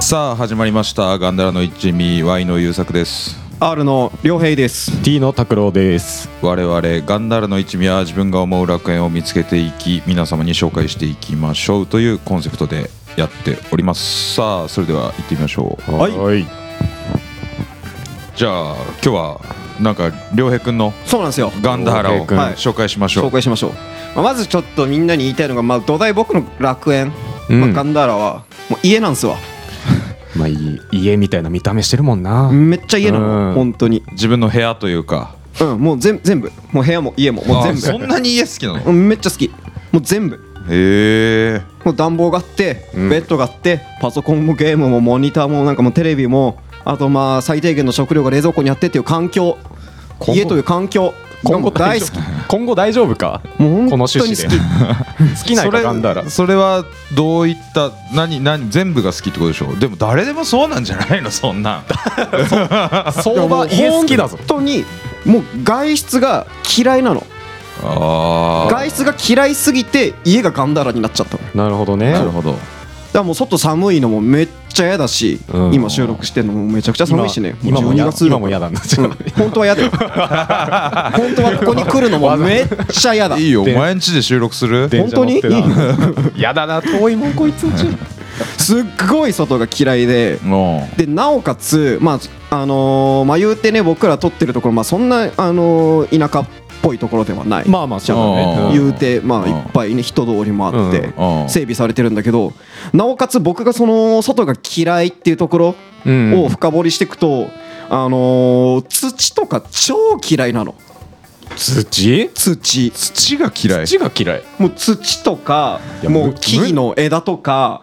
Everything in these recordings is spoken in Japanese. さあ始まりましたガンダラの一味 Y の優作です R の良平です T の拓郎です我々ガンダラの一味は自分が思う楽園を見つけていき皆様に紹介していきましょうというコンセプトでやっておりますさあそれでは行ってみましょうはいいじゃあ今日はなんか良平くんのそうなんですよガンダラ良を平くんはい紹介しましょ紹う介しましょう、まあ、まずちょっとみんなに言いたいのが、まあ、土台僕の楽園、うんまあ、ガンダラはもう家なんすわまあいい家みたいな見た目してるもんなめっちゃ家なの、うん本当に自分の部屋というかうんもう全全部もう部屋も家ももうあそ全んなに家好きなの部、うん、めっちゃ好きもう全部へえもう暖房があって、うんベッドがあってパソコンもゲームもモニターもなんかもうテレビもあとまあ最低限の食料が冷蔵庫にあってっていう環境今後家という環境がもう大好き今後大丈夫かもうこの本趣当に旨好でき 好きなそんかれガンダラそれはどういった何何全部が好きってことでしょでも誰でもそうなんじゃないのそんなん 相場家好きだぞ本当にもう外出が嫌いなのあ外出が嫌いすぎて家がガンダラになっちゃったのだかなるほどねなるほどらもう外寒いのもめっちゃ嫌だし、うん今収録してるのもめちゃくちゃ寒いしね今ももう12や月今も嫌だなうん本当は嫌だよ本当はここに来るのもめっちゃ嫌だいいよおで前んちで収録する本当に 電車乗ってなやだな遠いもんこいつんち すっごい外が嫌いでもでなおかつまああのーまあ言うてね僕ら撮ってるところまあそんなあのー田舎っぽいところではない、まあまあそうだね言うてまあうんいっぱいね人通りもあって、うんうん整備されてるんだけどなおかつ僕がその外が嫌いっていうところうんを深掘りしていくと、あのー土とか超嫌いなの土土土が嫌い土が嫌いもう土とかいやもうむ木々の枝とか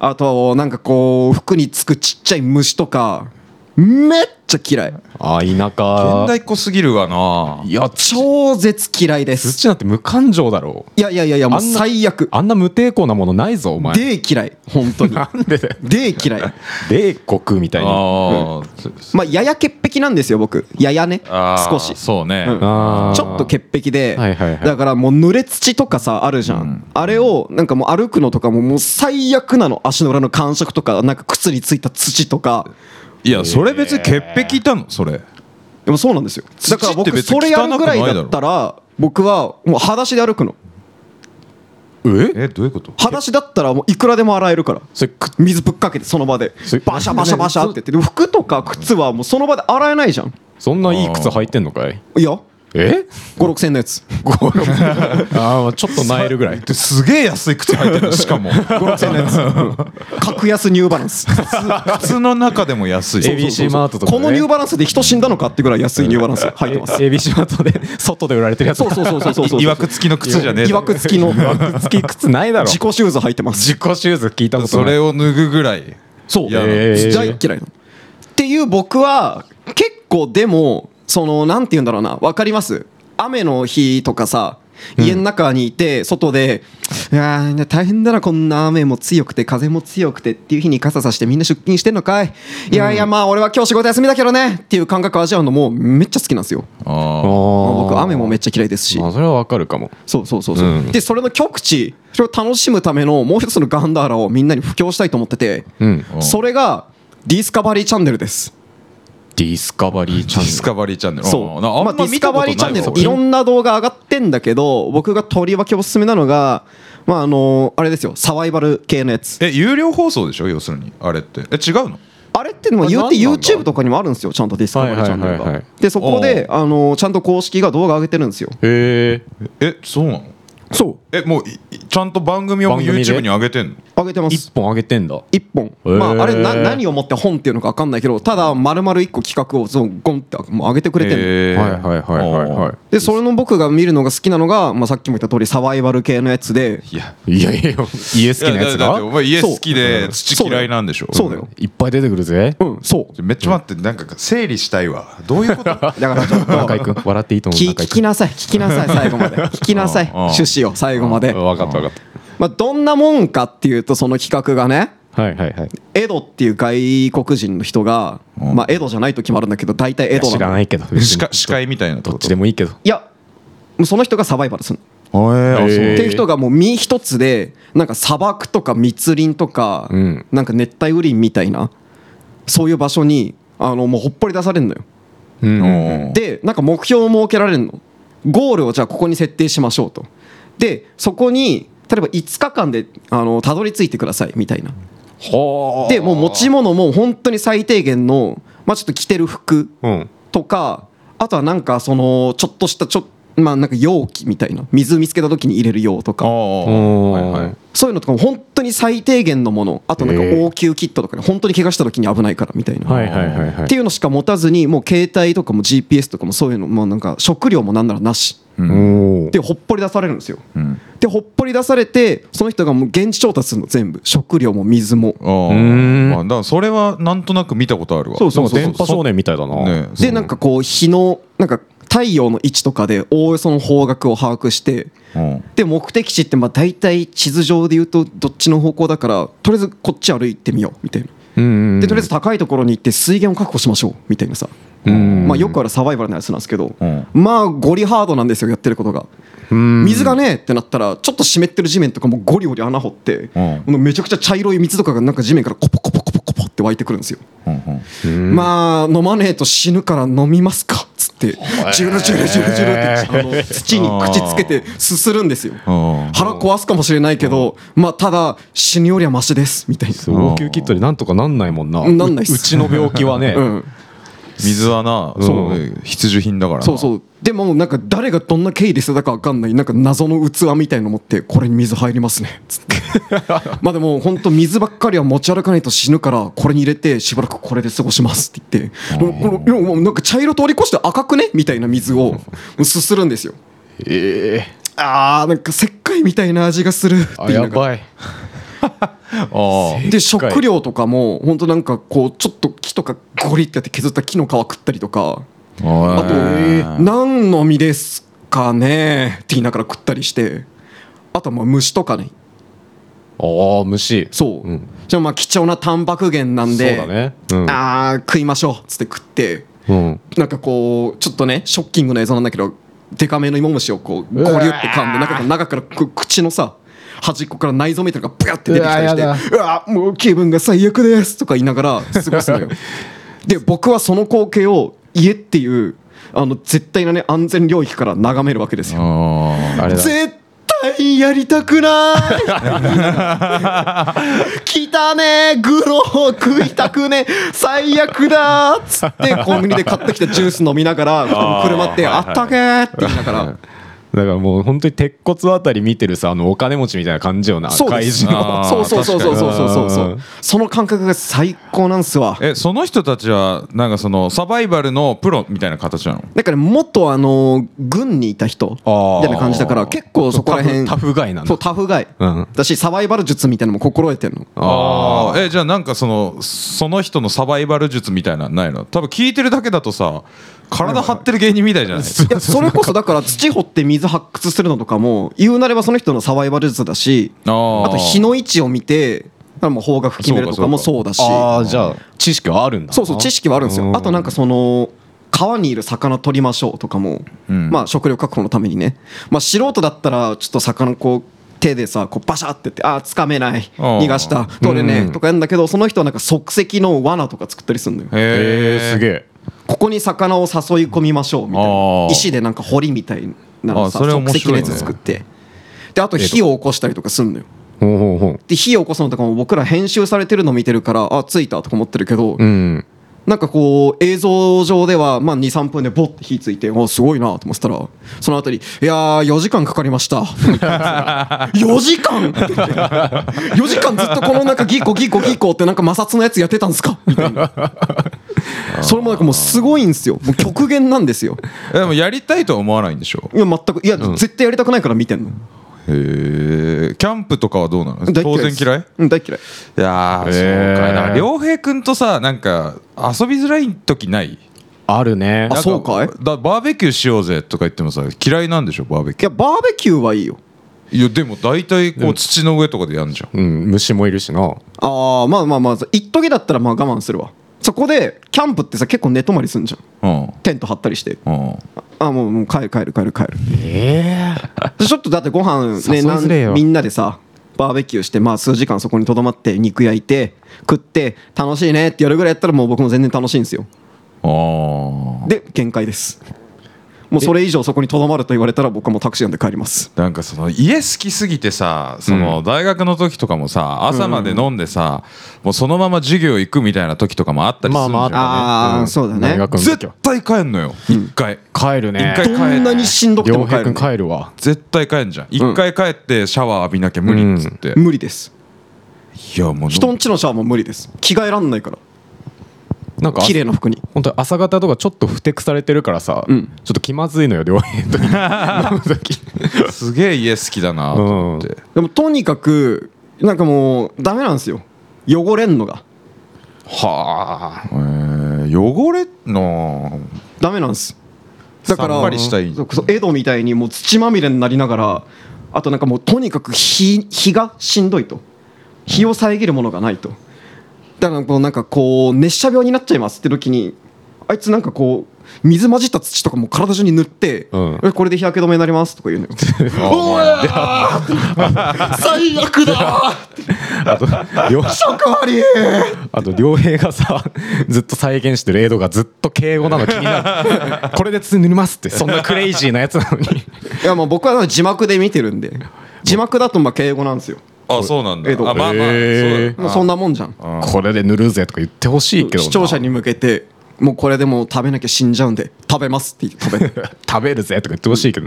あとなんかこう服につくちっちゃい虫とかめっちゃ嫌いあ田現舎代っ子すぎるわないや土超絶嫌いです土なんて無感情だろいやいやいやいやもうあんな最悪あんな無抵抗なものないぞお前で嫌い本 当になんでだよで嫌い冷酷みたいなあまあやや潔癖なんですよ僕ややねあー少しそうねうんあーちょっと潔癖で、はいはいはいだからもう濡れ土とかさあるじゃん、うんあれをなんかもう歩くのとかももう最悪なの足の裏の感触とかなんか靴についた土とかいやそれ別に潔癖いたのそれでもそうなんですよだから土って僕別にそれやるぐらいだったら僕はもう裸足で歩くのええどういうこと裸足だったらもういくらでも洗えるからそれく水ぶっかけてその場でそれバシャバシャバシャってやってで服とか靴はもうその場で洗えないじゃんそんないい靴履いてんのかいいやえ56千のや つああちょっとなえるぐらいですげえ安い靴履いてるのし かも56千のやつうん 格安ニューバラン ス靴の中でも安いそうそう ABC マートとかねこのニューバランスで人死んだのかってぐらい安いニューバランス入ってますエビシマートで外で売られてるやつそうそうそうそうそう そういわくつきの靴じゃねえいわく付きの付き靴ないだろ自己シューズ履いてます自己シューズ聞いたことそないれを脱ぐぐらいそういやえー大嫌いなのっていう僕は結構でもそのなんて言うんだろうなわかります雨の日とかさ家の中にいて外で「いやー大変だなこんな雨も強くて風も強くて」っていう日に傘さしてみんな出勤してんのかいいやいやまあ俺は今日仕事休みだけどねっていう感覚味わうのもめっちゃ好きなんですよああーー僕雨もめっちゃ嫌いですしまあそれはわかるかもそうそうそうそう、うんでそれの極致それを楽しむためのもう一つのガンダーラをみんなに布教したいと思ってて、うんうんそれがディスカバリーチャンネルですディスカバリーチディスャンネカバリーチャンネルそう、んなあんまあ、デまィス見カたこバとなリいーチャンネルわいろんな動画上がってんだけど僕がとりわけおすすめなのがまああのあれですよサバイバル系のやつえ有料放送でしょ要するにあれってえ違うのあれってのは言うあてれなんなんだ YouTube とかにもあるんですよちゃんとディスカバリーチャンネルはいはいがはいはでそこであのちゃんと公式が動画上げてるんですよルへええそうなのそうえもういいちゃんと番組を番組で YouTube に上げてんの上げてます一本あげてんだ一本、へーまあ、あれな何をもって本っていうのか分かんないけどただ丸々一個企画をそうゴンってもう上げてくれてる、えーはいはいはいはいはでそれの僕が見るのが好きなのが、まあ、さっきも言った通りサバイバル系のやつでいやいいやいや家好きなやついだだってがお前家そう好きで土嫌いなんでしょそうだよいっぱい出てくるぜうんそうめっちゃ待ってなんか整理したいわどういうこと あだからちょっと中居君笑っていいと思う聞中聞居き君なさい聞きなさい最後まで聞きなさうんいうん趣旨を最後まで、分かった分かっまあ、どんなもんかっていうとその企画がねたはいはいはいエドっていう外国人の人が、うんまあ、エドじゃないと決まるんだけど大体エド知ならのないけど司会司会みたいなどっこちとでもいいけどいやもうその人がサバイバルするのあそうへえっていう人がもう身一つでなんか砂漠とか密林とか、うんなんか熱帯雨林みたいなそういう場所にあのもうほっぽり出されるのようんうんでなんか目標を設けられるのゴールをじゃあここに設定しましょうとでそこに例えば5日間であのたどり着いてくださいみたいなはあでもう持ち物も本当に最低限の、まあ、ちょっと着てる服うんとかあとはなんかそのちょっとしたちょまあなんか容器みたいな水見つけた時に入れる用とあかあはいはいそういうのとかも本当に最低限のものあとなんかへえ応急キットとかね本当に怪我した時に危ないからみたいな、はいはいはいはいっていうのしか持たずにもう携帯とかも GPS とかもそういうのもうなんか食料もなんならなしうんおおでほっぽり出されるんですようんでほっぽり出されてその人がもう現地調達するの全部食料も水もああんまあだからそれはなんとなく見たことあるわそうそうなんか電波少年みたいだな、ねでなんかこう日のなんか太陽の位置とかでおおよその方角を把握してうんで目的地ってまあ大体地図上で言うとどっちの方向だからとりあえずこっち歩いてみようみたいなうんうんうんでとりあえず高いところに行って水源を確保しましょうみたいなさうんまあよくあるサバイバルなやつなんですけどうんまあゴリハードなんですよやってることがうん水がねえってなったらちょっと湿ってる地面とかもゴリゴリ穴掘ってうんこのめちゃくちゃ茶色い水とかがなんか地面からコポコポコポコポって湧いてくるんですようんうんうんまあ飲まねえと死ぬから飲みますかっつってジュルジュルジュルジュルってあの土に口つけてすするんですよあ腹壊すかもしれないけどまあただ死ぬよりはマシですみたいそう応急キットになんとかなんないもんななんないっすううちの病気はね、な、うん、水はなうんそうね必需品だからなそうそうでもなんか誰がどんな経緯で捨てたかわかんないなんか謎の器みたいの持ってこれに水入りますね つってまあでも本当水ばっかりは持ち歩かないと死ぬからこれに入れてしばらくこれで過ごしますって言ってでもこのでもなんか茶色通り越して赤くねみたいな水をすするんですよええあーなんか石灰みたいな味がするってあ言いなやがら ばいああで食料とかも本当なんかこうちょっと木とかゴリってやって削った木の皮食ったりとかあと「何の実ですかね?」って言いながら食ったりしてあとはまあ虫とかねああ虫そう、うんじゃあまあ貴重なタンパク源なんそうでだねうんあー食いましょうっつって食ってうんなんかこうちょっとねショッキングな映像なんだけどデカめの芋虫をこうゴリュって噛んで中から中からく口のさ端っこから内臓みたいなのがブヤって出てきたりしてうわうわもう気分が最悪ですとか言いながら過ごす のよで僕はその光景を家っていうあの絶対なね安全領域から眺めるわけですよああれだ絶対やりたくない来たねグロー食いたくね最悪だっつってコンビニで買ってきたジュース飲みながらこの車ってああーったけーって言いながらだからもう本当に鉄骨あたり見てるさあのお金持ちみたいな感じよなそうです怪あーそうそうそうそうそうそうそうそ確かにうその感覚が最高なんすわえその人たちはなんかそのサバイバルのプロみたいな形なのだから元あの軍にいた人みあーたいな感じだから結構そこら辺タフタフガイなんだそうタフガイうんだしサバイバル術みたいなのも心得てんのああえじゃあなんかそのその人のサバイバル術みたいなのないの多分聞いてるだけだとさ体張ってる芸人みたいじゃないいや それこそだから土掘って水発掘するのとかも言うなればその人のサバイバル術だしあーあと日の位置を見てだからもう方角決めるとかもそうだしああじゃあ知識はあるんだなそうそう知識はあるんですうよあとなんかその川にいる魚取りましょうとかも、うんまあ食料確保のためにね、まあ、素人だったらちょっと魚こう手でさこうバシャってやってああつかめないあー逃がした取れねえとかやるんだけどその人はなんか即席の罠とか作ったりするのよへえー、すげえここに魚を誘い込みましょうみたいあなー石でなんか堀みたいなのあさそれ面即席白のいねやつ作ってであと火を起こしたりとかすんのよほうほうほうで火を起こすのとかも僕ら編集されてるの見てるからあついたとか思ってるけど、うんなんかこう映像上ではまあ23分でボッて火ついておすごいなと思ってたらそのあたり「いやー4時間かかりました」4時間 !?4 時間ずっとこのなんかギコギコギコってなんか摩擦のやつやってたんですかみたいなそれもなんかもうすごいんですよもう極限なんですよえでもやりたいとは思わないんでしょいや全くいや、絶対やりたくないから見てんのへえキャンプとかはどうなの大当で然す嫌いうん大嫌いいやー、へーそうかだから良平君とさなんか遊びづらい時ないあるねあなんそうかいだバーベキューしようぜとか言ってもさ嫌いなんでしょバーベいキュやバーベキューはいいよーいやでも大体こう土の上とかでやんじゃんうん虫もいるしなああまあまあまあ一時だったらまあ我慢するわそこでキャンプってさ結構寝泊まりすんじゃんうんテント張ったりしてうんあもうもう帰る帰る帰る帰るえでちょっとだってご飯ね誘いづれよなんみんなでさバーベキューしてまあ数時間そこにとどまって肉焼いて食って楽しいねって夜ぐらいやったらもう僕も全然楽しいんですよあで限界ですもうそれ以上そこにとどまると言われたら僕はもうタクシー呼んで帰りますあなんかその家好きすぎてさその大学の時とかもさ朝まで飲んでさもうそのまま授業行くみたいな時とかもあったりすまるあじまあゃんああったねーそうだね大学の時絶は対帰んのよ一回帰る一ね回どんなにしんどくて良も帰平る君ね帰るわ絶対帰んじゃん一回帰ってシャワー浴びなきゃ無理っつって無理ですいやもう人んちのシャワーも無理です着替えらんないからなんか綺麗な服に本当に朝方とかちょっとふてくされてるからさ、うんちょっと気まずいのよ両平と飲む時すげえ家好きだなと思ってでもとにかくなんかもうダメなんですよ汚れんのがはあえー汚れのダメなんですだからさっぱりしたいそうそう江戸みたいにもう土まみれになりながらあとなんかもうとにかく日日がしんどいと日を遮るものがないとだからこうなんかこう熱射病になっちゃいますって時にあいつなんかこう水混じった土とかも体中に塗って、うんえこれで日焼け止めになりますとか言うのよお最悪だ両毒ありあと良平がさずっと再現してるエドがずっと敬語なの気に なるこれで包みますってそんなクレイジーなやつなのにいやもう僕は字幕で見てるんで字幕だとまあ敬語なんですよあそうなんだ江戸あまあまあへーそうもうだそんなもんじゃんうんこれで塗るぜとか言ってほしいけどな視聴者に向けてもうこれでもう食べなきゃ死んじゃうんで食べますって言って食べる食べるぜとか言ってほしいけど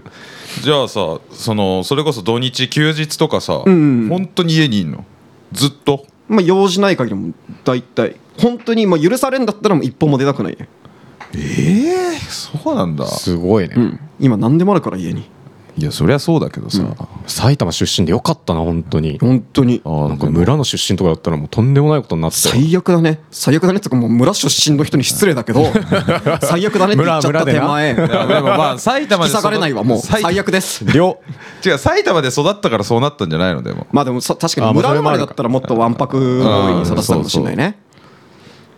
じゃあさそのそれこそ土日休日とかさ、んうん本当に家にいんのずっとまあ用事ない限りも大体本当にまあ許されんだったらもう一歩も出たくないねええそうなんだすごいね、うん今何でもあるから家にいやそりゃそうだけどさ、あ埼玉出身でよかったな本当に本当にーなんかでも村の出身とかだったらもうとんでもないことになってたよ最悪だね最悪だねってかもう村出身の人に失礼だけど最悪だねって言っちゃった村村で手な前いやでもまあ埼玉 で育引き下っがれないわもう埼最悪です両違う埼玉で育ったからそうなったんじゃないのでもまあでもさ確かあにま村あ生まれそれもあるだかったらもっとわんぱくのに育ったかもしれないね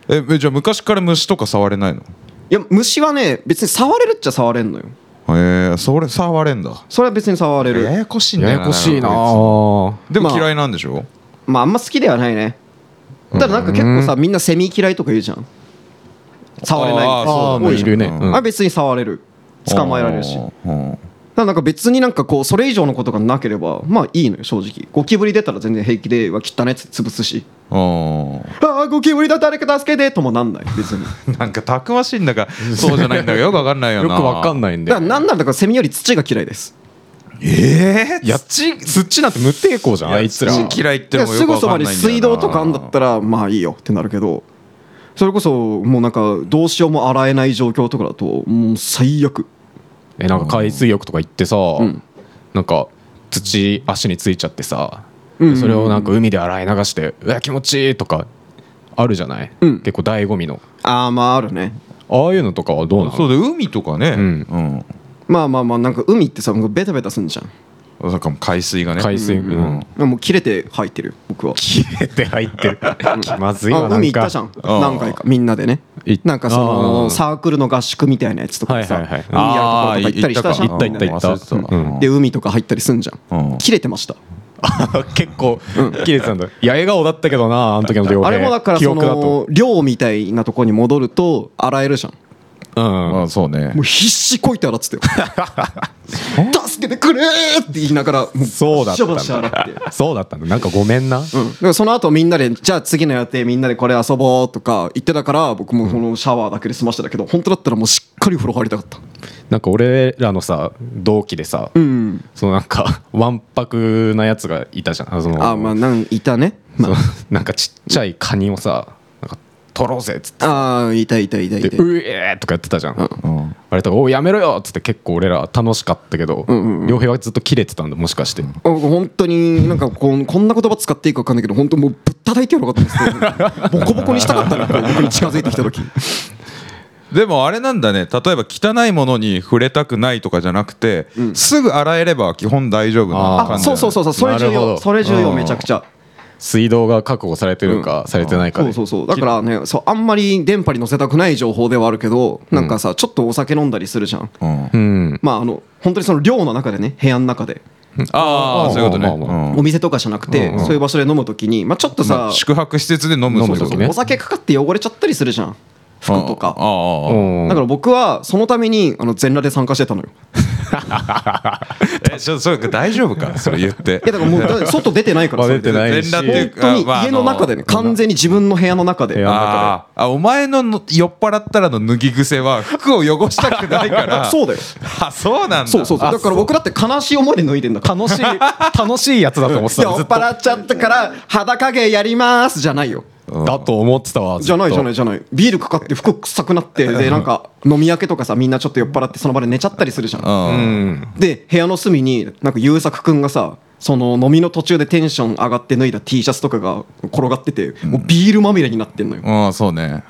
ええじゃあ昔から虫とか触れないのいや虫はね別に触れるっちゃ触れんのよええそれ触れんだそれは別に触れるややこしいんだやよやこしいななんかあ別にでもまあ嫌いなんでしょ、まああんま好きではないねただなんか結構さみんなセミ嫌いとか言うじゃん触れないあーあそあうだね多もういじゃんるね、うんあれ別に触れる捕まえられるしだあかーうんらなんか別になんかこうそれ以上のことがなければまあいいのよ正直ゴキブリ出たら全然平気では汚いやつ潰すしああああゴキブリだ誰か助けてともなんない 別になんかたくましいんだかそうじゃないんだかよくわかんないよよくなわかんないないんでだからなんなんだからセミより土が嫌いですええやっち土なんて無抵抗じゃんあいつら土嫌いってのもよすくぐわそかばんにないんだよな水道とかあんだったらまあいいよってなるけどそれこそもうなんかどうしようも洗えない状況とかだともう最悪えなんか海水浴とか行ってさ、んなんか土足についちゃってさ、うんうんうんそれをなんか海で洗い流して「うわ気持ちいい」とかあるじゃない、うん結構醍醐味のああまああるねああいうのとかはどうなそうので海とかねうんん、まあまあまあなんか海ってさベタベタすんじゃんなんかもう海水がね海水、うんうんもう切れて吐いてる僕は切れて入ってる気まずいあわなんか海行ったじゃんあー何回かみんなでねいなんかそあーのサークルの合宿みたいなやつとかでさはい海はいはいあるところとか行ったりしたじゃんあー行った行った行っうんた忘れてたうんわで海とか入ったりすんじゃうんん切れてました 結構切れてたんだ、いや笑顔だったけどなあの時の両あれもだから記そ憶だとの寮みたいなとこに戻ると洗えるじゃんうん、まあそうねもう必死こいて洗ってたよ 助けてくれーって言いながらもうそうだったしょんだばし洗ってそうだったんだなんかごめんな、うん、だからその後みんなでじゃあ次の予定みんなでこれ遊ぼうとか言ってたから僕もこのシャワーだけで済ましただけど本当だったらもうしっかり風呂入りたかったなんか俺らのさ同期でさ、うんそのなんか わんぱくなやつがいたじゃんあそのあまあなんいたね、まそうなんかちっちゃいカニをさなんか取ろうぜっつっあ、あーいたいたいたいてた「うえ!」とかやってたじゃん、うんあれとか「おいやめろよ!」っつって結構俺ら楽しかったけど、両平はずっとキレてたんだもしかして、あ僕本当になんかこんこんな言葉使っていいか分かんないけど本当もうぶったたいてやろうかと思 ってボコボコにしたかったなこう僕に近づいてきた時でもあれなんだね例えば汚いものに触れたくないとかじゃなくて、すぐ洗えれば基本大丈夫なあ感あじだそねうそうそうそうそれ重なるほど要それ重要うんめちゃくちゃ水道が確保されてるかされてないかそでうそうそうだからねそうあんまり電波に乗せたくない情報ではあるけどなんかさちょっとお酒飲んだりするじゃんうんうんまああの本当にその寮の中でね部屋の中でああそういうことねまあまあまうんお店とかじゃなくて、うんうんそういう場所で飲むときに、まあ、ちょっとさ、まあ宿泊施設で飲む飲むそうそうそう時ねお酒かかって汚れちゃったりするじゃん服とあかあああうんだから僕はそのためにあの全裸で参加してたのよえちょそうか大丈夫 かそれ言っていや だからもうだ外出てないからまあそれ出てないし全裸っていうか本当にまああ家の中でね完全に自分の部屋の中で部屋あーあお前のの酔っ払ったらの脱ぎ癖は服を汚したくないから そうだよあそうなんだそうそうそうだから僕だって悲しい思いで脱いでんだから 楽しい楽しいやつだと思って酔たっずっと払っちゃったから裸芸やりますじゃないよだと思ってたわずっじゃとないじゃないじゃないビールかかって服臭くなってでなんか飲み明けとかさみんなちょっと酔っ払ってその場で寝ちゃったりするじゃんうんうんで部屋の隅になんか優作くんがさその飲みの途中でテンション上がって脱いだ T シャツとかが転がってて、もうビールまみれになってんのよ、うんそうね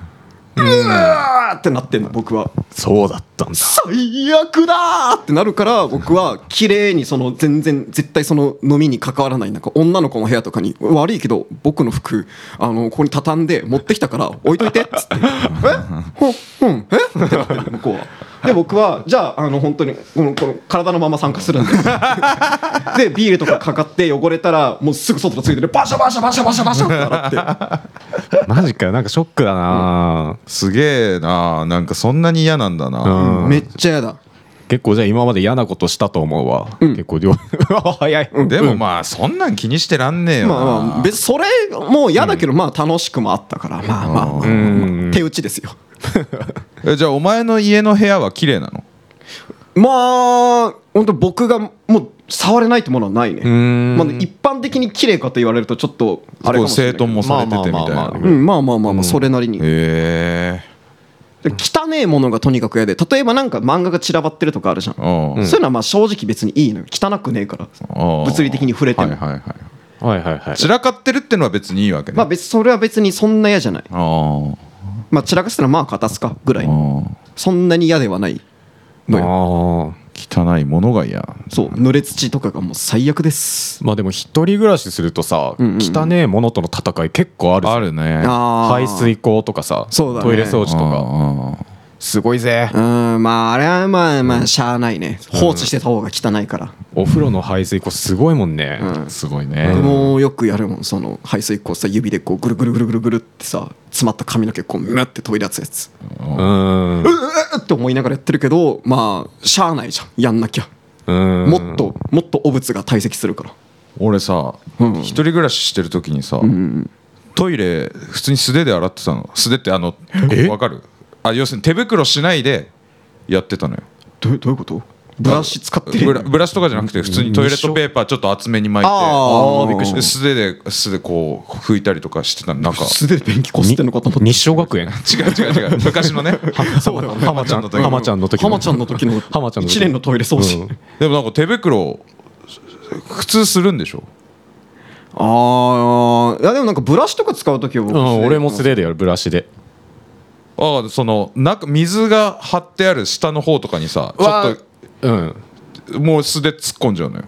あーってなってんの僕はそうだったんだ最悪だーってなるから僕は綺麗にその全然絶対その飲みに関わらないなんか女の子の部屋とかに悪いけど僕の服あのここに畳んで持ってきたから置いといてっ つってえほうんえってなってる向こうはで僕はじゃああの本当にこのこの体のまま参加するんで でビールとかかかって汚れたらもうすぐ外のついてるバシャバシャバシャバシャバシャって洗ってマジかよなんかショックだなすげえななんかそんなに嫌なんだなうんめっちゃ嫌だ結構じゃあ今まで嫌なことしたと思うわ結構量 早いでもまあそんなん気にしてらんねえよなまあまあ別にそれも嫌だけどまあ楽しくもあったからまあまあまあうん手打ちですよえじゃあお前の家の部屋は綺麗なのまあ本当僕がもう触れないってものはないねんまあ、一般的に綺麗かと言われるとちょっとあれかもしれない整頓もされててみたいな、まあまあまあまあうん、まあまあまあまあそれなりに、へえで汚えものがとにかく嫌で例えばなんか漫画が散らばってるとかあるじゃん、うんそういうのはまあ正直別にいいのよ汚くねえから物物理的に触れても、はいはいはいはいはいはい散らかってるってのは別にいいわけね、まあ別それは別にそんな嫌じゃないあーまあ散らかしたらまあ片すかぐらいあーそんなに嫌ではないのよああ汚いものが嫌そう濡れ土とかがもう最悪ですまあでも一人暮らしするとさうんうん汚えものとの戦い結構あるじゃんあるねあー排水口とかさそうだねトイレ掃除とかあーすごいぜうんまああれはまあまあしゃあないね放置してた方が汚いから、お風呂の排水口すごいもんねうんあーすごいね、僕もよくやるもんその排水口さ指でこうぐるぐるぐるぐるぐるってさ詰まった髪の毛こうムって飛び出すやつううんって思いながらやってるけどまあしゃあないじゃんやんなきゃうんもっともっと汚物が堆積するから俺さ、うん一人暮らししてる時にさ、うんトイレ普通に素手で洗ってたの素手ってあのえわかるあ要するに手袋しないでやってたのよどうどういうことブラシ使ってるブラブラシとかじゃなくて普通にトイレットペーパーちょっと厚めに巻いてあーびっくりした素手で素手でこう拭いたりとかしてたのなんか素手で便器こすってんのかと思って日照学園違う違う 違う昔のね浜ちゃんの時浜ちゃんの時浜ちゃんの時の浜ちゃんの時一連のトイレ掃除、うんでもなんか手袋普通するんでしょああいやでもなんかブラシとか使う時は僕うん俺も素手手でやるブラシでああその中水が張ってある下の方とかにさちょっうんともう素手突っ込んじゃうのよ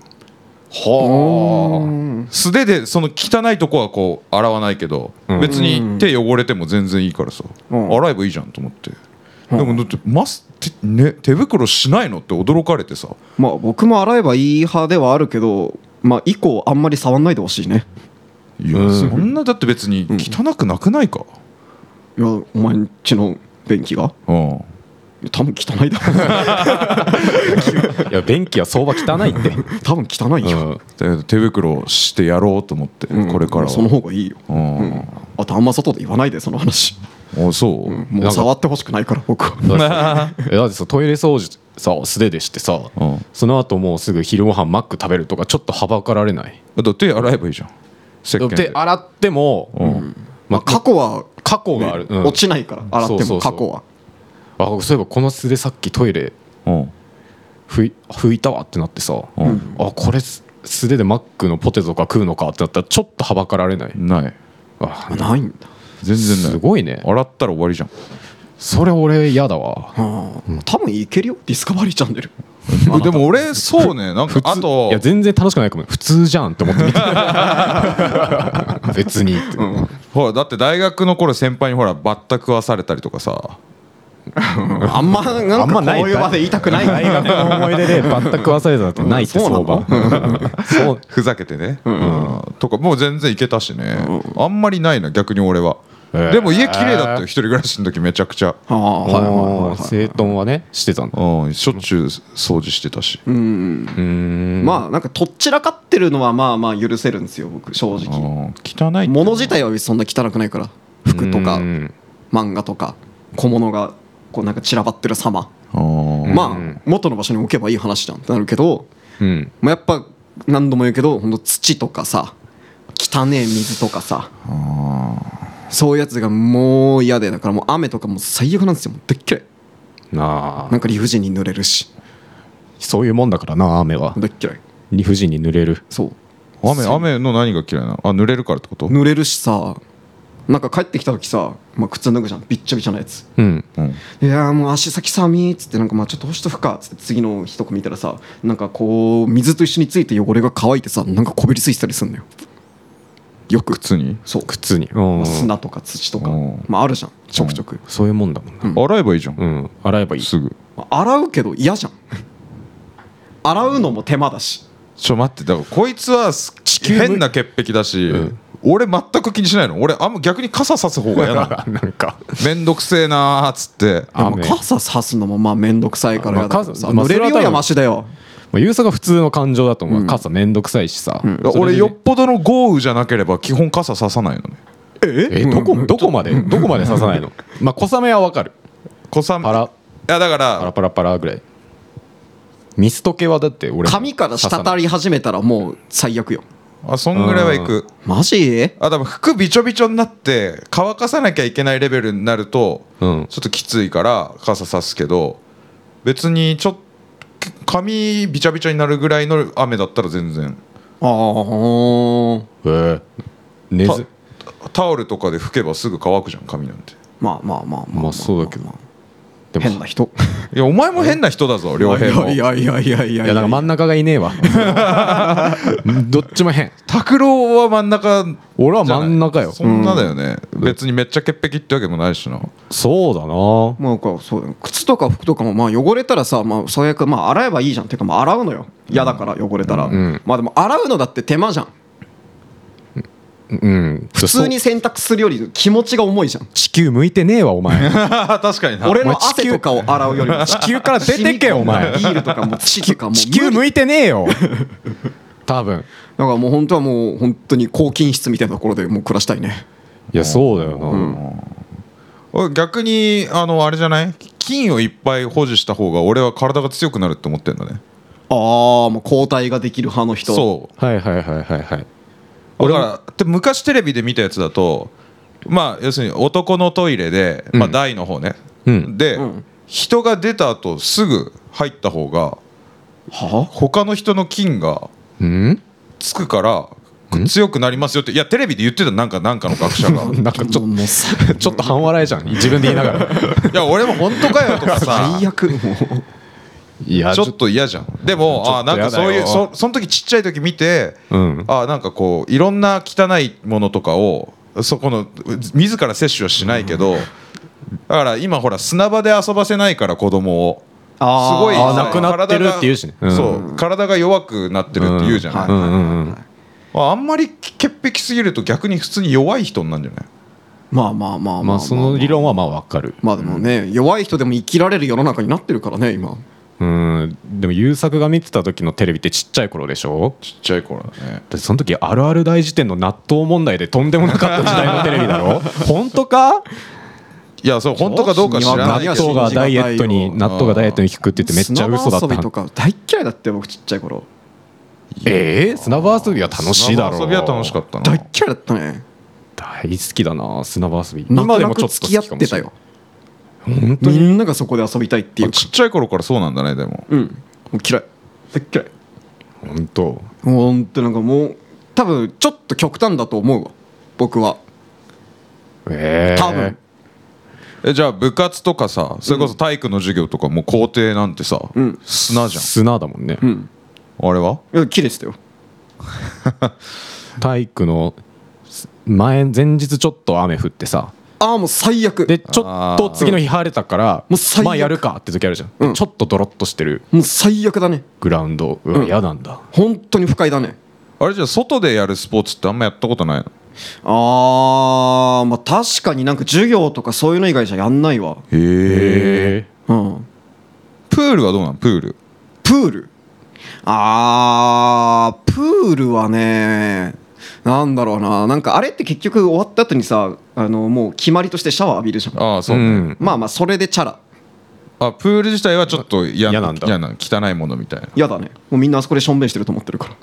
は素手でその汚いとこはこう洗わないけど、ん別に手汚れても全然いいからさ、うん洗えばいいじゃんと思って、でもだってマス手,、ね、手袋しないのって驚かれてさまあ僕も洗えばいい派ではあるけどまあ以降あんまり触んないでほしいねいや、うんそんなだって別に汚くなくないか、いやお前んちの便器がうん多分汚いだろ あいや便器は相場汚 いって多分汚いよ、で手袋してやろうと思って、うんこれからはその方がいいよ、うんあとあんま外で言わないでその話あそう、もう触ってほしくないから僕はうんだってえだってさトイレ掃除さ素手でしてさうんその後もうすぐ昼ご飯マック食べるとかちょっとはばかられないだって手洗えばいいじゃん石鹸でで洗っても、ままああ、過去は過去がある、うん落ちないから洗ってそうそうもそう過去はあそういえばこの素でさっきトイレうん拭い拭いたわってなってさ、んあこれす素手でマックのポテトとか食うのかってなったらちょっとはばかられない、ないああないんだ、全然ないすごいね洗ったら終わりじゃんそれ俺嫌だわはあ多分いけるよディスカバリーチャンネルでも俺そうねなんか普通あといや全然楽しくないかも普通じゃんって思って 見てた別にって、ほらだって大学の頃先輩にほらバッタ食わされたりとかさあんまなんかこういう場で言いたくない大学の思 い出で全く忘れたなんてないってそうな相の場 そうふざけてね、うんとかもう全然いけたしね、あんまりないな逆に俺は、へーでも家綺麗だったよ一人暮らしの時めちゃくちゃ、ああはいはいはいはい整頓はねしてたんだうん、しょっちゅう掃除してたし、まあなんかとっちらかってるのはまあまあ許せるんですよ僕正う直ん、汚いって物自体はそんな汚くないから服とかうん漫画とか小物がこうなんか散らばってる様うんまあ元の場所に置けばいい話じゃんってなるけどうんまあやっぱ何度も言うけどほんと土とかさ汚ねえ水とかさそういうやつがもう嫌でだからもう雨とかもう最悪なんですよもうでっきれななあんか理不尽に濡れるしそういうもんだからな雨はでっきれ理不尽に濡れるそう雨雨の何が嫌いなのあ濡れるからってこと、濡れるしさなんか帰ってきた時さ、まあ、靴脱ぐじゃんびっちゃびちゃなやつうんうんいやーもう足先寒いっつってなんかまあちょっとどうしとくかっつって次の日とか見たらさなんかこう水と一緒について汚れが乾いてさなんかこびりついてたりするんだよよく靴にそう靴にうんまあ砂とか土とかうんまああるじゃんちょくちょくそういうもんだもんな洗えばいいじゃん、うん洗えばいいすぐまあ洗うけど嫌じゃん 洗うのも手間だしちょ待ってだからこいつはす変な潔癖だし、俺全く気にしないの俺あんま逆に傘さす方が嫌 なのなんかめんどくせえなーっつってでも雨傘さすのもまあ面倒くさいからやだけどさまあ傘まあ濡れるよそれは多りは分マシだよまあゆうさが普通の感情だと思う傘めんどくさいしさそれ俺でよっぽどの豪雨じゃなければ基本傘ささないのねえどこどこまでどこまで刺さない のまあ小雨はわかる小雨パラいやだかパラらパラパラぐらいミスト系はだって俺も髪から滴刺さないり始めたらもう最悪よあそんぐらいはいくマジあ多分服びちょびちょになって乾かさなきゃいけないレベルになると、うんちょっときついから傘さすけど別にちょっ髪びちゃびちゃになるぐらいの雨だったら全然ああへえ根ずタタオルとかで拭けばすぐ乾くじゃん髪なんてまあまあまあまあまあそうだけどで変な人いやお前も変な人だぞ両平もいやいやいやいやいやいやなんか真ん中がいねえ わどっちも変拓郎は真ん中じゃない俺は真ん中よそんなだよね、別にめっちゃ潔癖ってわけもないしなそうだなまあなんかそうだよ靴とか服とかもまあ汚れたらさまあ最悪まあ洗えばいいじゃんっていうかまあ洗うのよ嫌だから汚れたら、んまあでも洗うのだって手間じゃんうん普普通に洗濯するより気持ちが重いじゃん地球向いてねえわお前確かにな俺のお前地汗球とかを洗うよりも 地球から出てけお前ビールとかも土とかも 地球無向理いてねえよ 多分だからもう本当はもう本当に高均質みたいなところでもう暮らしたいねいやそうだよな、俺逆にあのあれじゃない金をいっぱい保持した方が俺は体が強くなるって思ってんだねああもう交代ができる派の人そはいはいはいはいはい。うだからで昔テレビで見たやつだとまあ要するに男のトイレで、まあ、台の方ね、うんで、ん人が出た後すぐ入った方がは他の人の菌がうん？ つくから強くなりますよっていやテレビで言ってたなんかなんかの学者がいなんかちょもうもうさちょっと半笑いじゃん。自分で言いながら。や俺も本当かよとか さ最悪もういやちょっと嫌じゃんでもちょあっなとん嫌だよかそういうそその時ちっちゃい時見て、うんあなんかこういろんな汚いものとかをそこのう自ら摂取はしないけど、だから今ほら砂場で遊ばせないから子供をすごいあーさなくなってるって言うしね体がうんそう体が弱くなってるって言うじゃない、はいうんうんうん。ああんまり潔癖すぎると逆に普通に弱い人になるんじゃないまあまあまあまあまあその理論はまあわかる。まあでもね、弱い人でも生きられる世の中になってるからね今うん。でも優作が見てた時のテレビってちっちゃい頃でしょ？ちっちゃい頃だねだってその時あるある大辞典の納豆問題でとんでもなかった時代のテレビだ ろ本当かいやそう本当かどうか知らないいけやど納豆がダイエット信じにがたいよ納豆がダイエットに効くって言ってめっちゃ嘘だ砂っ場遊びとたか大っ嫌いだって僕ちっちゃい頃えー、砂場遊びは楽しいだろ砂場遊びは楽しかったな大っ嫌いだったね大好きだな砂場遊び泣今く泣でもちくょっと付き合ってたよ本当みにんながそこで遊びたいっていうあかちっちゃい頃からそうなんだねでもうんもう嫌い大っ嫌い本当もうほんとなんかもう多分ちょっと極端だと思うわ僕はええ多分、えじゃあ部活とかさそれこそ体育の授業とかもう校庭なんてさ、ん砂じゃん砂だもんね、うんあれはいや綺麗でしたよ体育の前前日ちょっと雨降ってさああもう最悪でちょっと次の日晴れたからもう最悪まあやるかって時あるじゃん、うんちょっとドロッとしてるもう最悪だねグラウンドううわん嫌なんだ、本当に不快だねあれじゃあ外でやるスポーツってあんまやったことないのあーまあ確かになんか授業とかそういうの以外じゃやんないわへえへえうんプールはどうなのプールプールあープールはねなんだろうななんかあれって結局終わった後にさあのもう決まりとしてシャワー浴びるじゃんああそう、うんまあまあそれでチャラあプール自体はちょっと嫌嫌なんだ嫌な汚いものみたいなやだねもうみんなあそこでしょんべんしてると思ってるから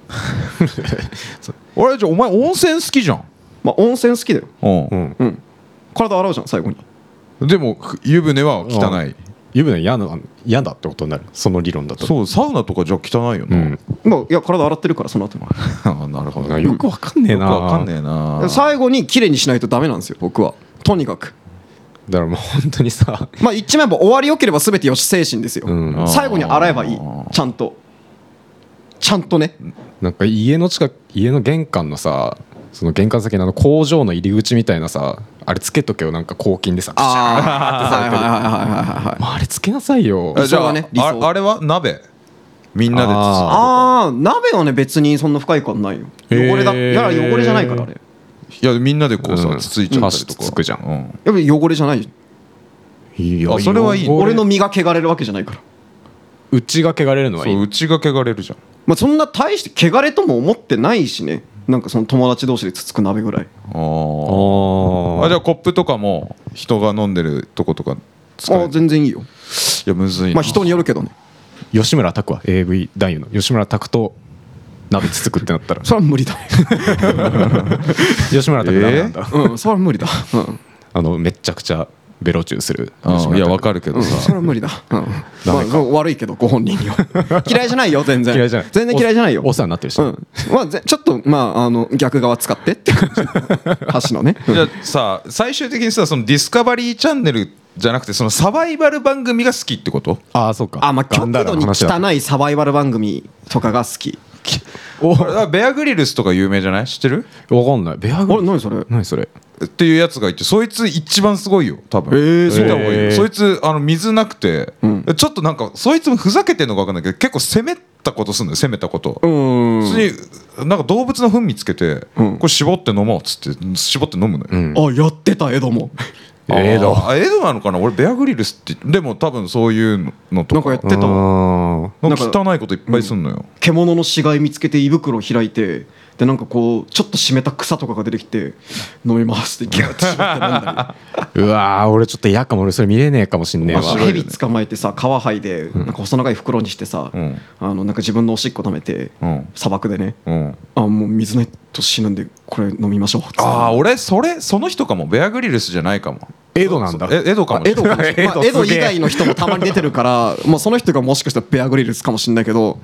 俺じゃあお前温泉好きじゃんまあ温泉好きだようんう、んうん体洗うじゃん最後にでもふ湯船は汚い湯船嫌な嫌だってことになるその理論だとそうサウナとかじゃあ汚いような、ん、まあいや体洗ってるからその後にあなるほどねよくわかんねえよくなわかんねえな最後に綺麗にしないとダメなんですよ僕はとにかくだからもう本当にさまあ一枚も終わりよければ全てよし精神ですよ、うん最後に洗えばいいちゃんとちゃんとねなんか家の近く家の玄関のさその玄関先のあの工場の入り口みたいなさあれつけとけよなんか抗菌でさあああはいはいはいはいはいはいあれつけなさいよえじゃあ,、理想はね理想ああれは鍋みんなであああ鍋はね別にそんな不快感ないよ汚へーれだいや汚れじゃないからあれつついやみんなでこうさ、うんつついちゃったりとかつくじゃんうんやっぱり汚れじゃないいあそれはいい汚俺の身が汚れるわけじゃないからうちが汚れるのはいそいううちが汚れるじゃんまあそんな大して汚れとも思ってないしねなんかその友達同士でつつく鍋ぐらいああああじゃゃあコップとかも人が飲んでるとことか使あえある全然いいよいやむずいな、まあ人によるけどね吉村拓は AV 男優の吉村拓と鍋つつくってな ったらそれは無理だね吉村拓ダメなんだ、うんそれは無理だうんあのめちゃくちゃベロチューする吉うん村いやわ拓かるけうどん、さ、それは無理だ、うんダまあメか悪いけどご本人に は嫌いじゃないよ全然嫌いじゃない全然嫌いじゃないよおお世話になってるし、うんまあ、ぜちょっと、まあ、あの逆側使って って感じ橋のね、う んじゃあさ最終的にさそのディスカバリーチャンネルじゃなくてそのサバイバル番組が好きってことああそうかあまあガ極ンダ度ラにの話だ汚いサバイバル番組とかが好きおあれあベアグリルスとか有名じゃない知ってるわかんないベアあグれ何それ何それっていうやつがいてそいつ一番すごいよ多分えーそう見た方がいいよえーそいつあの水なくて、ちょっとなんかそいつもふざけてんのか分かんないけど結構攻めたことすんのよ攻めたこと、うーん普通になんか動物の糞見つけて、うんこれ絞って飲もうっつって絞って飲むのよ、うんあやってたエドもええだあエドなのかな俺ベアグリルスってでも多分そういうのとかなんかやってたわなんか汚いこといっぱいすんのよ、獣の死骸見つけて胃袋を開いてでなんかこうちょっと湿った草とかが出てきて飲みますってギュッて絞って飲んだり うわー俺ちょっと嫌かも俺それ見れねえかもしんねえあわ面白い蛇捕まえてさ皮剥いでなんか細長い袋にしてさ、うんあのなんか自分のおしっこ溜めて、うん砂漠でねうん、あもう水ないと死ぬんでこれ飲みましょうっつってああ俺それその人かもベアグリルスじゃないかもエドなんだえエドかもしエれドないかもしれないまあ エドすげえエド以外の人もたまに出てるからまあその人がもしかしたらベアグリルスかもしれないけど、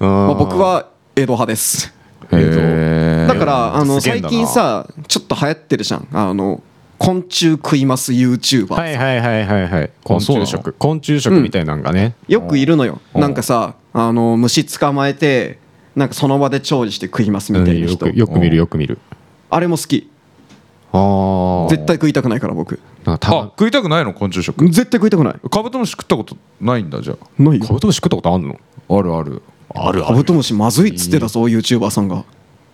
ままあ、僕はエド派ですえへーだからあのすげ最えんだ近なさちょっと流行ってるじゃんあの昆虫食います YouTuber、はいはいはいはいはい昆そうなの虫食昆虫食みたいなんがね、よくいるのようんなんかさあの虫捕まえてなんかその場で調理して食いますみたいなよ人、くよく見るよく見るあれも好きああ絶対食いたくないから僕なんかたあま食いたくないの昆虫食絶対食いたくないカブトムシ食ったことないんだじゃないカブトムシ食ったことあんのああるあるあるカブトムシまずいっつってたそう YouTuber さんが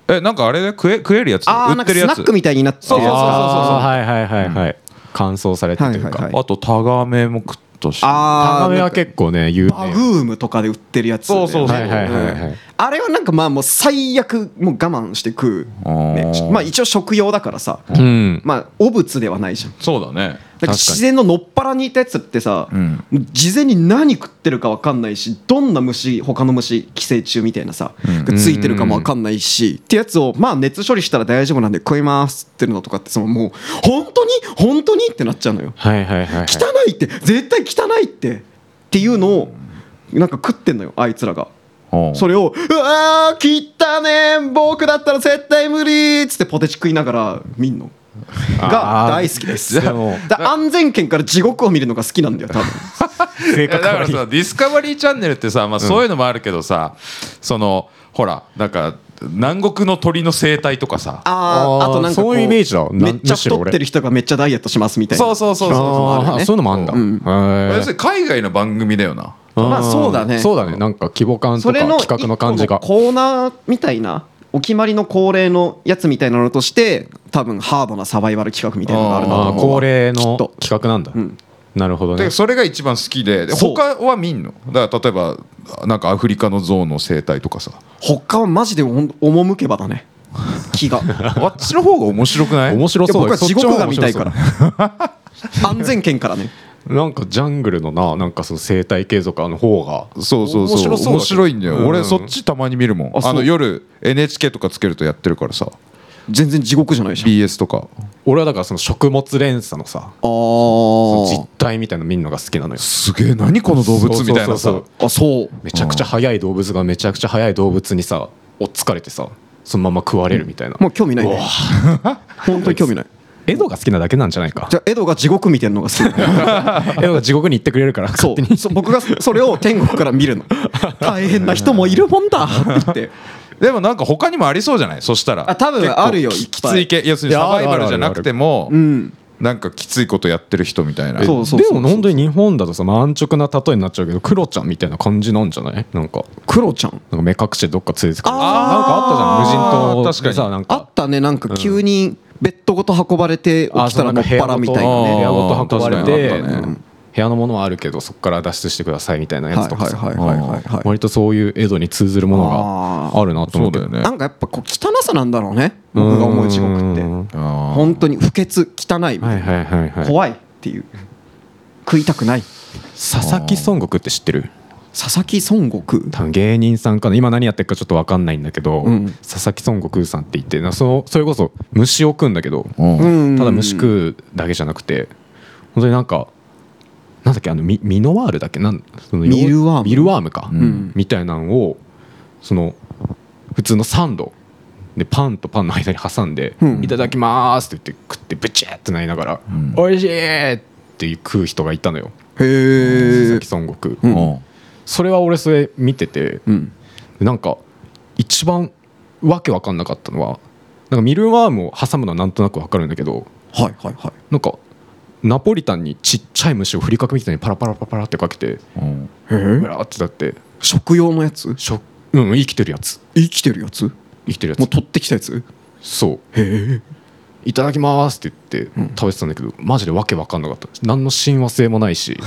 えなんかあれで食え食えるやつああ売なっんかてるスやナつックみたいになってるそうそうそうやあーはいはいはいはい、乾燥されてというはか、いはいはいあとタガメも食ったしつあタガあメはバ結構ね有名グームとかで売ってるやつそうそうそうはいはいはいはいあれはなんかまあもう最悪もう我慢して食う、ねあーまあ一応食用だからさうんまあ汚物ではないじゃんそうだねだから確かに自然ののっ腹にいたやつってさ、うん事前に何食ってるか分かんないしどんな虫他の虫寄生虫みたいなさ、がついてるかも分かんないしってやつをまあ熱処理したら大丈夫なんで食いますっていうのとかってそのもう本当に本当にってなっちゃうのよはいはいはいはい汚いって絶対汚いってっていうのをなんか食ってんのよあいつらが。うんそれを「うわー汚ねー僕だったら絶対無理!」っつってポテチ食いながら見んのが大好きです あーでもだから安全圏から地獄を見るのが好きなんだよ多分性いや格だから悪いさディスカバリーチャンネルってさ、まあ、そういうのもあるけどさ、そのほらなんか南国の鳥の生態とかさあああーあとなんかこそういうイメージだなめっちゃむしろ太俺ってる人がめっちゃダイエットしますみたいなそうそうそうそうもあるよあねーそういうのもあんだ、うんへー要するに海外の番組だよなまあそうだねそうだねなんか規模感とそかれの企画の感じが一個のコーナーみたいなお決まりの恒例のやつみたいなのとして多分ハードなサバイバル企画みたいなのがあるなとああ思う恒例きのっと企画なんだ、んなるほどねでそれが一番好きででそう他は見んのだから例えばなんかアフリカの象の生態とかさ他はマジでおん赴けばだね気 があっちの方が面白くない面白そういや僕は地獄が見たいからそっちの方が面 白安全圏からねそうなんかジャングルのななんかその生態系とかの方がそうそうそう面白そうだけど面白いんだよ、うん俺そっちたまに見るもんあそうあの夜 NHK とかつけるとやってるからさ全然地獄じゃないじゃん BS とか俺はだからその食物連鎖のさあそのー実態みたいなの見るのが好きなのよすげえ何この動物みたいなそうそさうそうあそうめちゃくちゃ速い動物がめちゃくちゃ速い動物にさおっつかれてさそのまま食われるみたいな、もう興味ないうねわ 本当に興味ないエドが好きなだけなんじゃないかじゃあエドが地獄見てるのが好きエドが地獄に行ってくれるからそ勝手にうそう僕がそれを天国から見る の大変な人もいるもんだってでもなんか他にもありそうじゃないそしたらあ多分結構あるよきいっきぱいつい系要するにいやサバイバあるあルるじゃなくてもうんなんかきついことやってる人みたいなえそうそうそうそうでも本当に日本だとさ、まあ、安直な例えになっちゃうけどクロちゃんみたいな感じなんじゃないなんかクロちゃんなんか目隠してどっか連れてくあるーなんかあったじゃん無人島で確かさになあんっかたねなんか急にベッドごと運ばれて起きたらもっぱらみたいな部ね屋ごと運ばれて、あー確かにあったね部屋のものはあるけどそこから脱出してくださいみたいなやつとかさ、はいはいはいはいはいはい割とそういう江戸に通ずるものあーがあるなとそ思ううけだどよねなんかやっぱこう汚さなんだろうね僕が思う地獄ってうんあー本当に不潔汚いみたはいいはいはいはない怖いっていう食いたくない佐々木孫悟空って知ってる佐々木孫悟空多分芸人さんかな今何やってるかちょっと分かんないんだけど、うん佐々木孫悟空さんって言ってなそのそれこそ虫を食うんだけど、うんうんただ虫食うだけじゃなくて本当になんかなんだっけあのミミノワールだっけなんそのミルワームミルワームか、んみたいなのをその普通のサンドでパンとパンの間に挟んで「うんいただきます」って言って食ってブチェってなりながらん「お、い、しい!」って食う人がいたのよへえ佐々木孫悟う空、んそれは俺それ見てて、うんなんか一番わけわかんなかったのはなんかミルワームを挟むのはなんとなくわかるんだけどはいはいはいなんかナポリタンにちっちゃい虫をふりかけみたいにパラパラパラパラってかけてうんうわーってだって食用のやつしょうん生きてるやつ生きてるやつも生きてるうやつ取ってきたやつそういただきますって言って食べてたんだけどマジでわけわかんなかった何の親和性もないし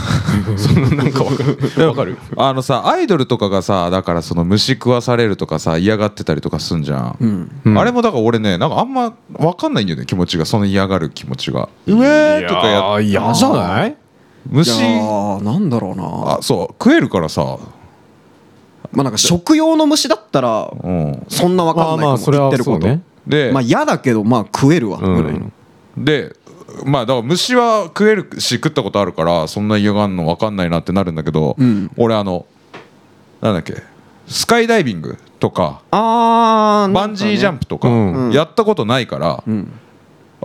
そんななんかわかるわかるあのさアイドルとかがさだからその虫食わされるとかさ嫌がってたりとかすんじゃん、うんあれもだから俺ねなんかあんま分かんないんだよね気持ちがその嫌がる気持ちがうええーとかやいやー嫌じゃないい虫やーなんだろうなあそう食えるからさ、まあなんか食用の虫だったらうん、そんなわかんないかも、まあまあそれ言はってることそうねで、まあ嫌だけどまあ食えるわぐうらいの、んでまあだから虫は食えるし食ったことあるからそんな嫌がんの分かんないなってなるんだけど、うん俺あのなんだっけスカイダイビングとかあーバンジージャンププとか、うんやったことないから、ん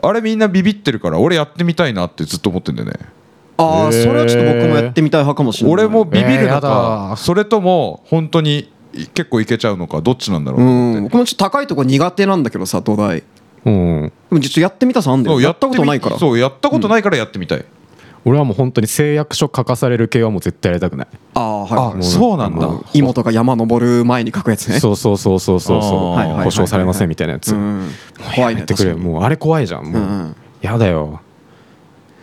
あれみんなビビってるから俺やってみたいなってずっと思ってんだよねああへーそれはちょっと僕もやってみたい派かもしれない俺もビビえーるのやか、だそれとも本当に結構いけちゃうのかどっちなんだろうとう思ってん僕もちょっと高いとこ苦手なんだけどさ土台でうんも実はやってみたさあんだそようややったことないからってみそうやったことないからやってみたい、俺はもう本当に誓約書書かされる系はもう絶対やりたくないああはいあそうなんだも芋とか山登る前に書くやつねそうそうそうそうそうそあーはういはいはいはい保証されませんみたいなやつ、うん怖いやねってくれ確かにもうあれ怖いじゃんもう、うんうんやだよ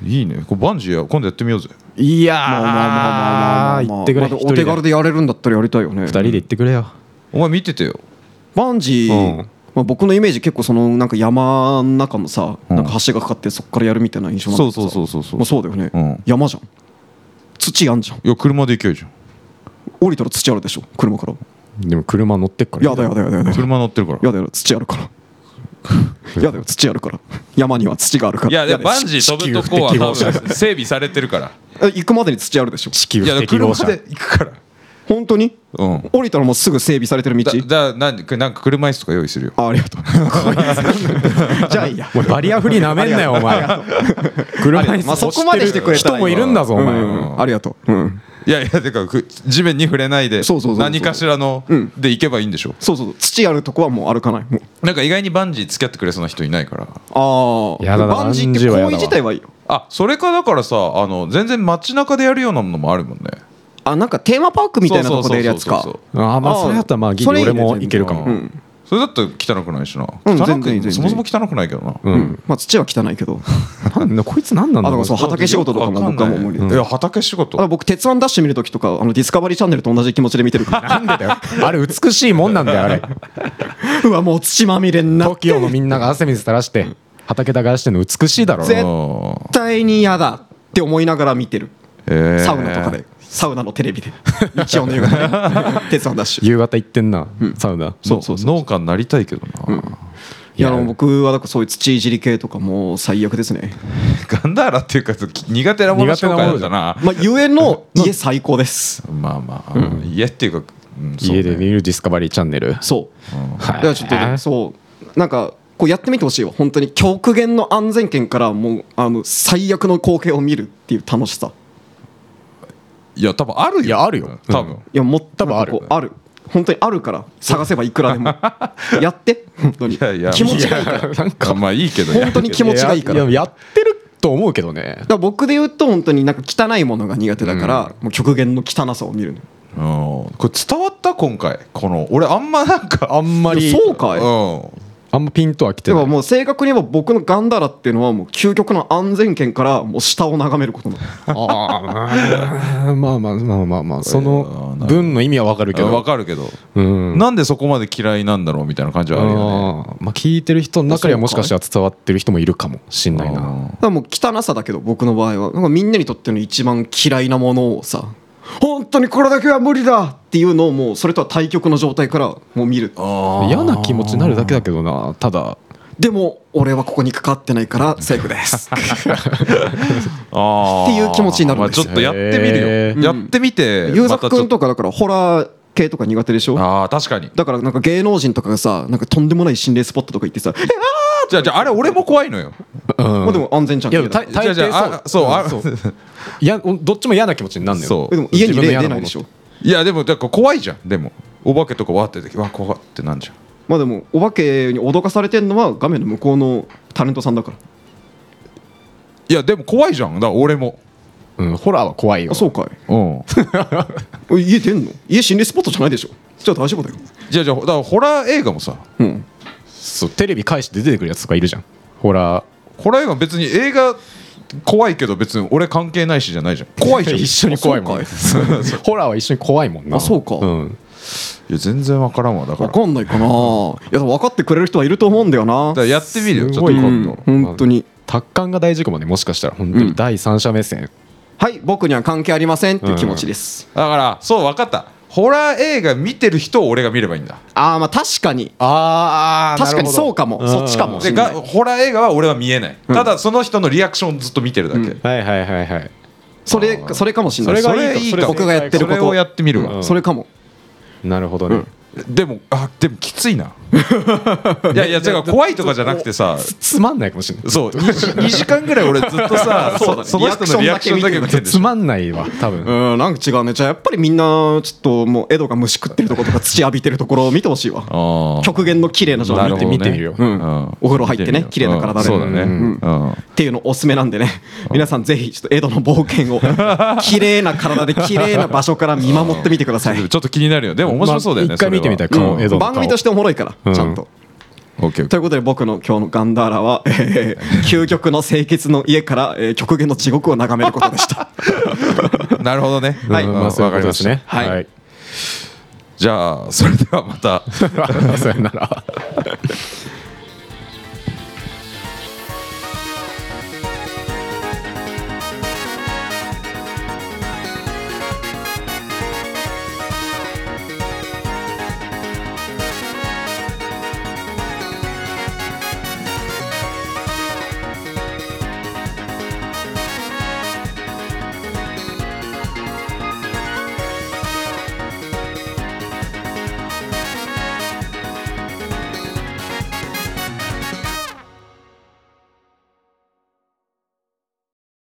いいねこれバンジーや今度やってみようぜいやまあまあまあまあまあまあ行ってくれまあ一お人手で軽でやれるんだったらやりたいよね二人で行ってくれよお前見ててよバンジうーんまあ僕のイメージ結構そのなんか山の中のさうんなんか橋がかかってそこからやるみたいな印象なんだけそどうさそうそうそうそうまあそうだよねうん山じゃん土あんじゃんいや車で行けよじゃん降りたら土あるでしょ車からでも車乗ってっからやだやだやだやだ車乗ってるからやだよ土あ るからやだよ土あるから山には土があるからいやでもだよバンジー飛ぶとこは多分整備されてるからえ行くまでに土あるでしょ地球いや不でも適合車者で行くから本当にうん降りたらもうすぐ整備されてる道だだなんでなんか車椅子とか用意するよあありがとうこ いつじゃあいいやお前バリアフリーなめんな よお前車ありがとう椅子まあそこまでしてくれたら人もいるんだぞお前、うんうんありがとう、うん、いやいやてかく地面に触れないでそうそうそうそう何かしらのうんで行けばいいんでしょそうそうそう土あるとこはもう歩かないもうなんか意外にバンジー付き合ってくれそうな人いないからああやだなバンジーって行為自体はいいよあそれかだからさあの全然街中でやるようなものもあるもんねあなんかテーマパークみたいなとこでやるやつそうかそうそうそうああまああーそれだったらまあギそれいリいね俺もいけるかも、ううんん、それだと汚くないしなうん汚全然いくい全然いいそもそも汚くないけどなううんん、まあ土は汚いけどなんだこいつ何なんだあだろかうらそう畑仕事とかも僕はもう無理いや畑仕事あ僕鉄腕ダッシュ見るときとかあのディスカバリーチャンネルと同じ気持ちで見てるか なんでだよあれ美しいもんなんだよあられ うわもう土まみれになって TOKIO のみんなが汗水垂らして畑耕してるの美しいだろうぜなうん絶対に嫌だって思いながら見てるへえサウナとかでサウナのテレ ビで日曜の夕方で鉄腕ダッシュ夕方行ってんな、サウナそうそう農家になりたいけどな、いやいや僕はだからそういう土いじり系とかもう最悪ですねガンダーラっていうか苦手なもの紹介だったなまあゆえ の家最高ですまあまあ、家っていうか、うんそうね家で見るディスカバリーチャンネルそうはだからちょっとねそうなんかこうやってみてほしいわ本当に極限の安全圏からもうあの最悪の光景を見るっていう楽しさいや多分あるよいやあるよ多分、うんいやもっ多分あるある本当にあるから探せばいくらでもやって本当にいやいや気持ちがいいからだかなんかあまあいいけど本当に気持ちがいいからやややってると思うけどねら僕で言うと本当になんか汚いものが苦手だから、もう極限の汚さを見るのうんこれ伝わった今回この俺あんまなんかあんまりそうかいうんあんまピンとは来てでないももう正確に言えば僕のガンダラっていうのはもう究極の安全圏からもう下を眺めることなのああまあまあまあまあまあそのなるほど文の意味はわかるけどわかるけど、うんなんでそこまで嫌いなんだろうみたいな感じはあるよねあーまあ聞いてる人の中にはもしかしたら伝わってる人もいるかもしんないなうんだからもう汚さだけど僕の場合はなんかみんなにとっての一番嫌いなものをさ本当にこれだけは無理だっていうのをもうそれとは対極の状態からもう見るあー嫌な気持ちになるだけだけどなただでも俺はここにかかってないからセーフです あーっていう気持ちになるんまあですちよょっとやってみへるよやーってみて優作君ととかだからホラー系とか苦手でしょああ確かにだからなんか芸能人とかがさなんかとんでもない心霊スポットとか行ってさ「えじゃあじゃああれ俺も怖いのようんまあでも安全じゃん」いやだ大大抵じゃあじゃああそうあうんそういやどっちも嫌な気持ちになるんだよそうでも家に自分の霊嫌出なないものでしょ いやでもだから怖いじゃんでもお化けとかわーって出てきてわ怖ってなんじゃんまあでもお化けに脅かされてるのは画面の向こうのタレントさんだからいやでも怖いじゃんだから俺もうんホラーは怖いよあそうかいうんえ家出んの家心霊スポットじゃないでしょじゃあ大丈夫だよじゃあじゃあだからホラー映画もさうんそうテレビ返して出てくるやつとかいるじゃんホラーホラー映画も別に映画怖いけど別に俺関係ないしじゃないじゃん怖い じゃん一緒に怖いもんあホラーは一緒に怖いもんなあそうかんいや全然分からんわだから分かんないかないや分かってくれる人はいると思うんだよなだからやってみるよちすょっごとい今うん度本当に達観が大事かもねもしかしたら本当に第三者目線はい僕には関係ありませんっていう気持ちですだからそう分かったホラー映画見てる人を俺が見ればいいんだああまあ確かにあ確かにそうかもそっちかもで信頼がホラー映画は俺は見えない、ただその人のリアクションをずっと見てるだけ、うんはいはいはいはいそれそれかもしれないそそれがれいいいいかかもも僕がやってることそれをやってみるわ、うんそれかもなるほどね、でもあでもきついないやいや違う怖いとかじゃなくてさつつまんないかもしれないそう 2, 時2時間ぐらい俺ずっとさそその人のリアクションだけ見てるでしつょまんないわ多分うんなんか違うねじゃあやっぱりみんなちょっともう江戸が虫食ってるとことか土浴びてるところを見てほしいわあー極限の綺麗な状な態るほどね見てみるようんうんお風呂入ってね綺麗な体でうんそうだね、うんうんっていうのおすすめなんでね皆さんぜひちょっと江戸の冒険を 綺麗な体で綺麗な場所から見守ってみてくださいちょっと気になるよでも面白そうだよね、まあ一回見てみたい顔、うん江戸の顔番組としておもろいかうんらちゃんと。オッケーオッケということで僕の今日のガンダーラは、えー究極の清潔の家から、えー極限の地獄を眺めることでした。 ーなるほどねうんうんまあそういうわかりことでましすたねはいはい、 じゃあそれではまたさよなら